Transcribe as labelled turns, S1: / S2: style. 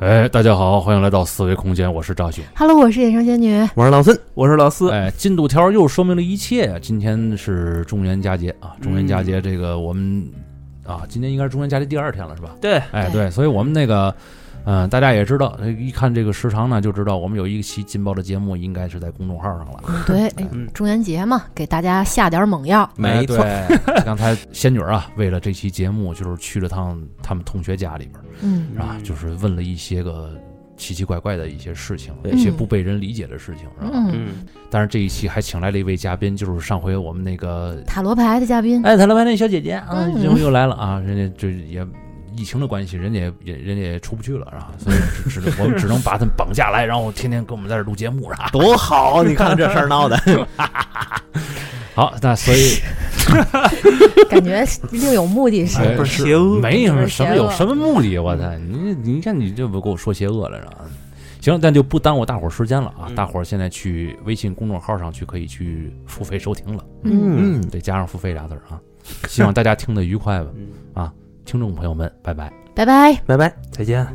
S1: 哎，大家好，欢迎来到四维空间，我是扎熊。
S2: Hello，我是野生仙女。
S3: 我是老孙，
S4: 我是老四，
S1: 哎，进度条又说明了一切。今天是中元佳节啊，
S4: 嗯
S1: 中元佳节这个我们、啊，今天应该是中元佳节第二天了，是吧？
S4: 对，
S1: 哎，
S2: 对
S1: 对，所以我们那个。嗯，大家也知道，一看这个时长呢，就知道我们有一期劲爆的节目，应该是在公众号上 了。
S2: 对，哎
S4: 嗯
S2: 中元节嘛，给大家下点猛药。
S4: 没错，
S3: 啊
S1: 哎对刚才仙女儿啊，为了这期节目，就是去了趟他们同学家里边儿
S2: 嗯，
S1: 啊，
S4: 嗯
S1: 就是问了一些个奇奇怪怪的一些事情，
S4: 对
S1: 一些
S2: 嗯
S1: 不被人理解的事情，是吧？
S2: 嗯，
S4: 嗯，
S1: 但是这一期还请来了一位嘉宾，就是上回我们那个
S2: 塔罗牌的嘉宾，
S1: 哎，塔罗牌那小姐姐啊，
S2: 嗯
S1: 节目又来了啊，人家这也疫情的关系，人家也也人家也出不去了啊，所以只 只我们只能把他们绑架来，然后天天跟我们在这儿录节目啊。
S3: 多好！你看这事儿闹 的，
S1: 好，那所以
S2: 感觉另有目的是。
S1: 哎
S4: 不
S1: 是
S4: 邪 恶
S1: 没什么
S2: 就是
S1: 什么
S2: 邪恶
S1: 有嗯什么目的，我操！你你看你这不给我说邪恶来着啊？行，但就不耽误大伙儿时间了啊！
S4: 嗯
S1: 大伙儿现在去微信公众号上去可以去付费收听了，
S2: 嗯，
S3: 嗯，
S1: 得加上付费俩字儿啊！希望大家听得愉快吧，
S4: 嗯
S1: 听众朋友们，拜拜。
S2: 拜拜。
S4: 拜拜，再见。